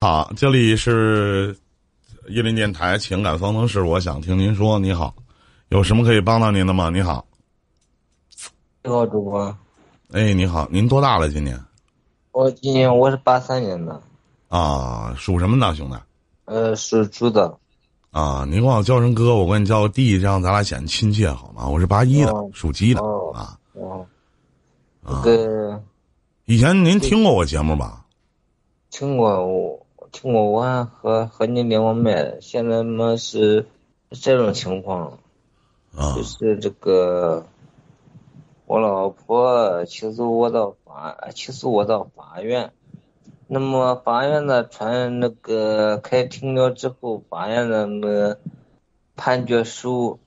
好，这里是伊林电台情感方程式，我想听您说。你好，有什么可以帮到您的吗？你好，你好，主播，哎，你好，您多大了？今年我今年我是八三年的，啊，属什么的，兄弟？呃，属猪的。啊，你管我叫声哥，我管你叫我弟，这样咱俩显得亲切好吗？我是八一的哦，属鸡的哦啊哦，啊。对，以前您听过我节目吧？听过我听过，我还和和你连过麦，现在嘛是这种情况，啊就是这个我老婆起诉我到法起诉我到法院，那么法院呢传那个开庭了之后，法院的那个判决书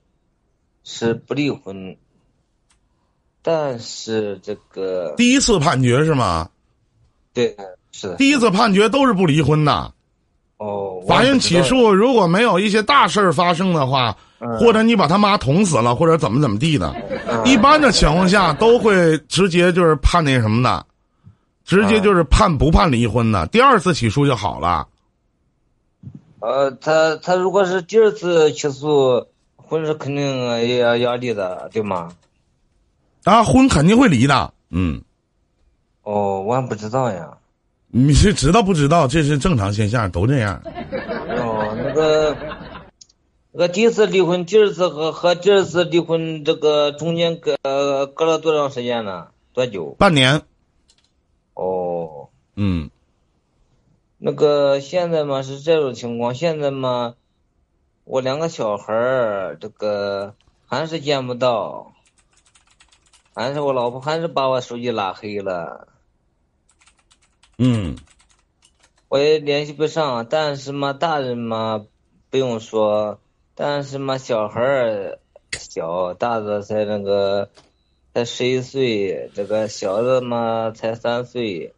是不离婚，但是这个第一次判决是吗？对是的第一次判决都是不离婚的。哦，法院起起诉。诉如果没有一些大事儿发生的话，嗯或者你把他妈捅死了，或者怎么怎么地的，嗯一般的情况下都会直接就是判那什么的，直嗯接就是判不判离婚的。第二次起诉就好了。呃，他他如果是第二次起诉，婚是肯定呃也要要离的，对吗？啊，婚肯定会离的。嗯，哦，我还不知道呀。你是知道不知道？这是正常现象，都这样。哦，那个，那个第一次离婚，第二次和和第二次离婚这个中间隔呃隔了多长时间呢？多久？半年，哦，嗯，那个现在嘛是这种情况，现在嘛，我两个小孩儿这个还是见不到，还是我老婆还是把我手机拉黑了。嗯，我也联系不上，但是嘛，大人嘛不用说，但是嘛，小孩儿小，大的才那个才十一岁，这个小的嘛才三岁，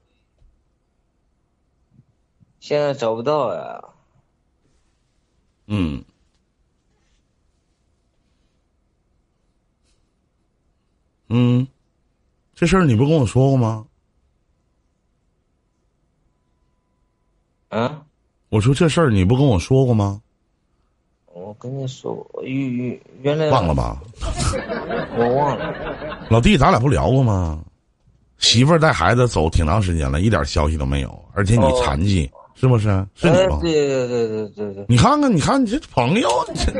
现在找不到呀。嗯。嗯，这事儿你不跟我说过吗？啊，我说这事儿你不跟我说过吗？我跟你说，原原来忘了，吧，我忘了。老弟，咱俩不聊过吗？媳妇儿带孩子走挺长时间了，一点消息都没有，而且你哦残疾、是不是？是你哎，吗？对对对对对对，你看看，你看你这朋友，这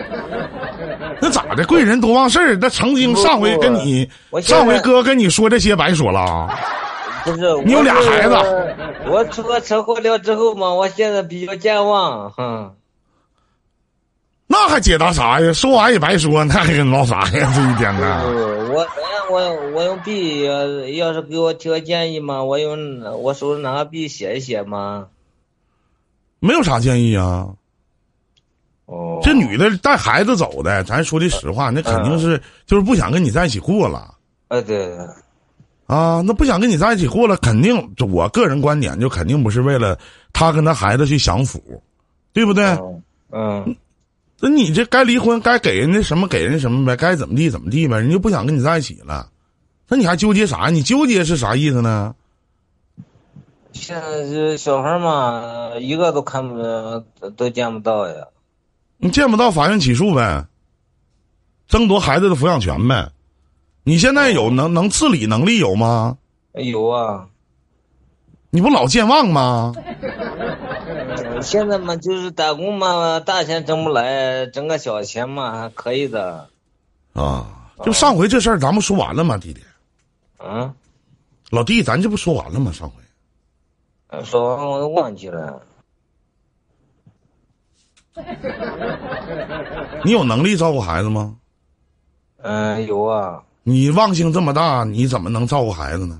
那咋的？贵人多忘事儿，那曾经不上回跟你我现在上回哥跟你说这些白说了啊。不是你有我俩是孩子啊我出了车祸了之后嘛，我现在比较健忘，哼。那还解答啥呀？说完也白说，那还跟闹啥呀？这一天呢？不，我我我用笔，呃要是给我提个建议嘛，我用我手上拿个笔写一写嘛。没有啥建议啊。哦这女的带孩子走的，咱说句实话，那肯定哦是就是不想跟你在一起过了。啊，对，啊，那不想跟你在一起过了，肯定，这我个人观点就肯定不是为了他跟他孩子去享福，对不对？嗯嗯，那、你这该离婚，该给人家什么给人什么呗，该怎么地怎么地呗，人家不想跟你在一起了，那你还纠结啥？你纠结是啥意思呢？现在这小孩嘛，一个都看不，都都见不到呀。你见不到法院起诉呗，争夺孩子的抚养权呗。你现在有能能自理能力有吗？有啊，你不老健忘吗？现在嘛就是打工嘛，大钱挣不来，挣个小钱嘛还可以的。啊，就上回这事儿咱们说完了吗，弟弟？嗯，老弟，咱这不说完了吗？上回。说完我都忘记了。 你有能力照顾孩子吗？嗯，有啊，你忘性这么大，你怎么能照顾孩子呢？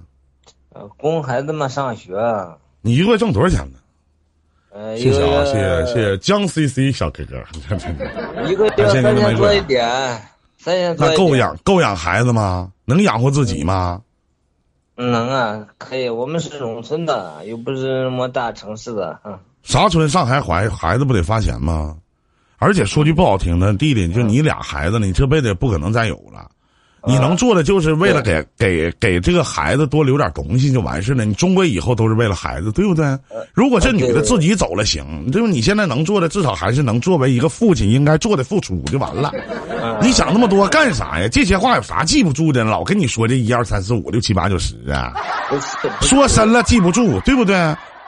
呃供孩子们上学。啊你一个月挣多少钱呢？呃，谢一谢啊，个谢谢月谢谢江 CC 小哥 哥，一个啊月三千多一点，三千多一那点够养够养孩子吗？能养活自己吗？能啊，可以。我们是农村的，又不是什么大城市的，嗯，啥村上海怀孩子不得发钱吗？而且说句不好听的，弟弟，就你俩孩子，你这辈子也不可能再有了。你能做的就是为了给给给这个孩子多留点东西就完事了。你终归以后都是为了孩子，对不对？如果这女的自己走了行，对吧？你现在能做的至少还是能作为一个父亲应该做的付出就完了。你想那么多干啥呀？这些话有啥记不住的？老跟你说这一二三四五六七八九十啊，不是不是说深了记不住，对不对？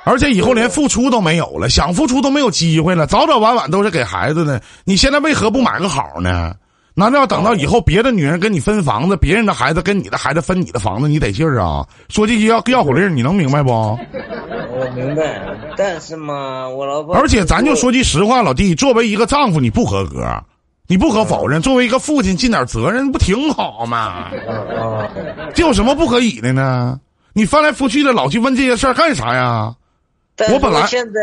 而且以后连付出都没有了，想付出都没有机会了，早早晚晚都是给孩子的。你现在为何不买个好呢？难道要等到以后别的女人跟你分房子，别人的孩子跟你的孩子分你的房子，你得信儿啊？说这些要要口令儿，你能明白不？我明白，但是嘛，我老婆而且咱就说句实话，老弟，作为一个丈夫，你不合格，你不可否认。作为一个父亲，尽点责任不挺好吗？啊，这有什么不可以的呢？你翻来覆去的老去问这些事儿干啥呀？但是我本来现在，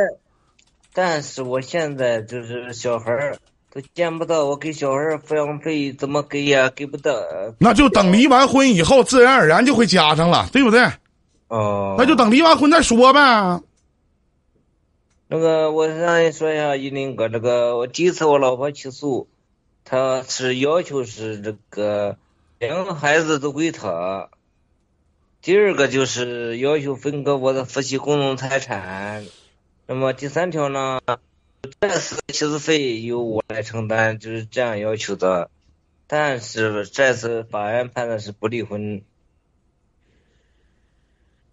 但是我现在就是小孩儿都见不到，我给小孩儿抚养费怎么给呀、给不到，那就等离完婚以后，自然而然就会加上了，对不对？哦、那就等离完婚再说呗。那个，我让你说一下一林哥，这个我第一次我老婆起诉，她是要求是这个两个孩子都归她，第二个就是要求分割我的夫妻共同财产，那么第三条呢，这次起诉费由我来承担，就是这样要求的，但是这次法院判的是不离婚，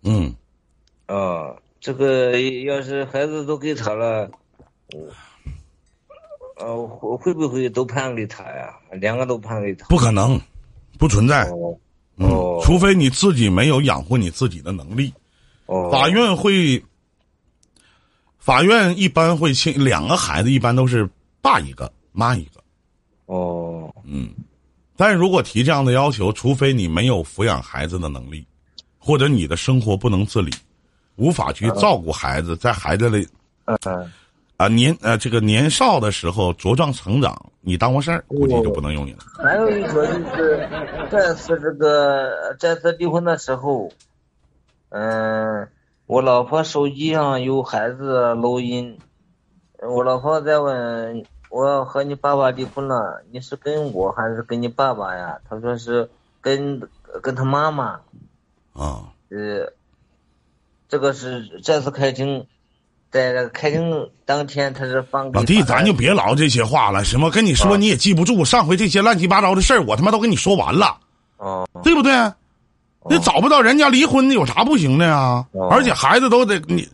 嗯，啊、这个要是孩子都给他了，我，呃，会会不会都判给他呀？两个都判给他？不可能，不存在。哦嗯哦，除非你自己没有养活你自己的能力。哦，法院会，法院一般会亲两个孩子，一般都是爸一个，妈一个。嗯哦但如果提这样的要求，除非你没有抚养孩子的能力，或者你的生活不能自理，无法去照顾孩子，在孩子的嗯啊、年呃这个年少的时候茁壮成长，你当过事儿，估计就不能用你了。还有一条就是，这次这个这次离婚的时候，嗯、我老婆手机上有孩子的录音，我老婆在问我和你爸爸离婚了，你是跟我还是跟你爸爸呀？她说是跟跟他妈妈，啊、呃，这个是这次开庭，在这个开庭当天他是放给老弟，法咱院就别唠这些话了。什么跟你说你也记不住，上回这些乱七八糟的事儿，我他妈都跟你说完了。哦对不对？那找不到人家离婚的有啥不行的呀？哦而且孩子都得你，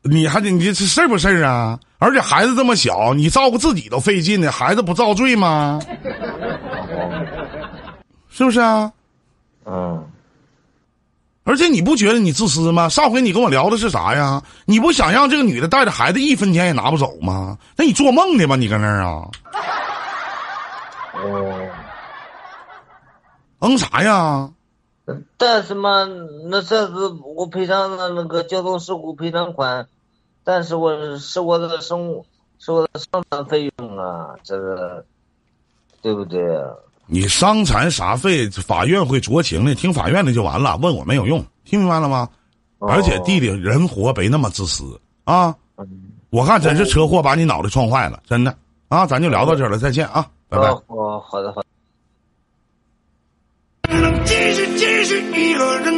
你还得你这事儿不事儿啊？而且孩子这么小，你照顾自己都费劲呢，孩子不遭罪吗？是不是啊？嗯而且你不觉得你自私吗？上回你跟我聊的是啥呀？你不想让这个女的带着孩子一分钱也拿不走吗？那你做梦呢吧？你搁那儿啊？哦。嗯啥呀？但是嘛，那这次我赔偿的那个交通事故赔偿款，但是我是我的生是我的伤残费用啊，这个对不对？哦你伤残啥费，法院会酌情的，听法院的就完了。问我没有用，听明白了吗？哦而且弟弟人活别那么自私啊！嗯，我看真是车祸把你脑袋撞坏了，真的啊！咱就聊到这儿了，再见啊，拜拜。哦，好好的好的。只能继续，继续一个人。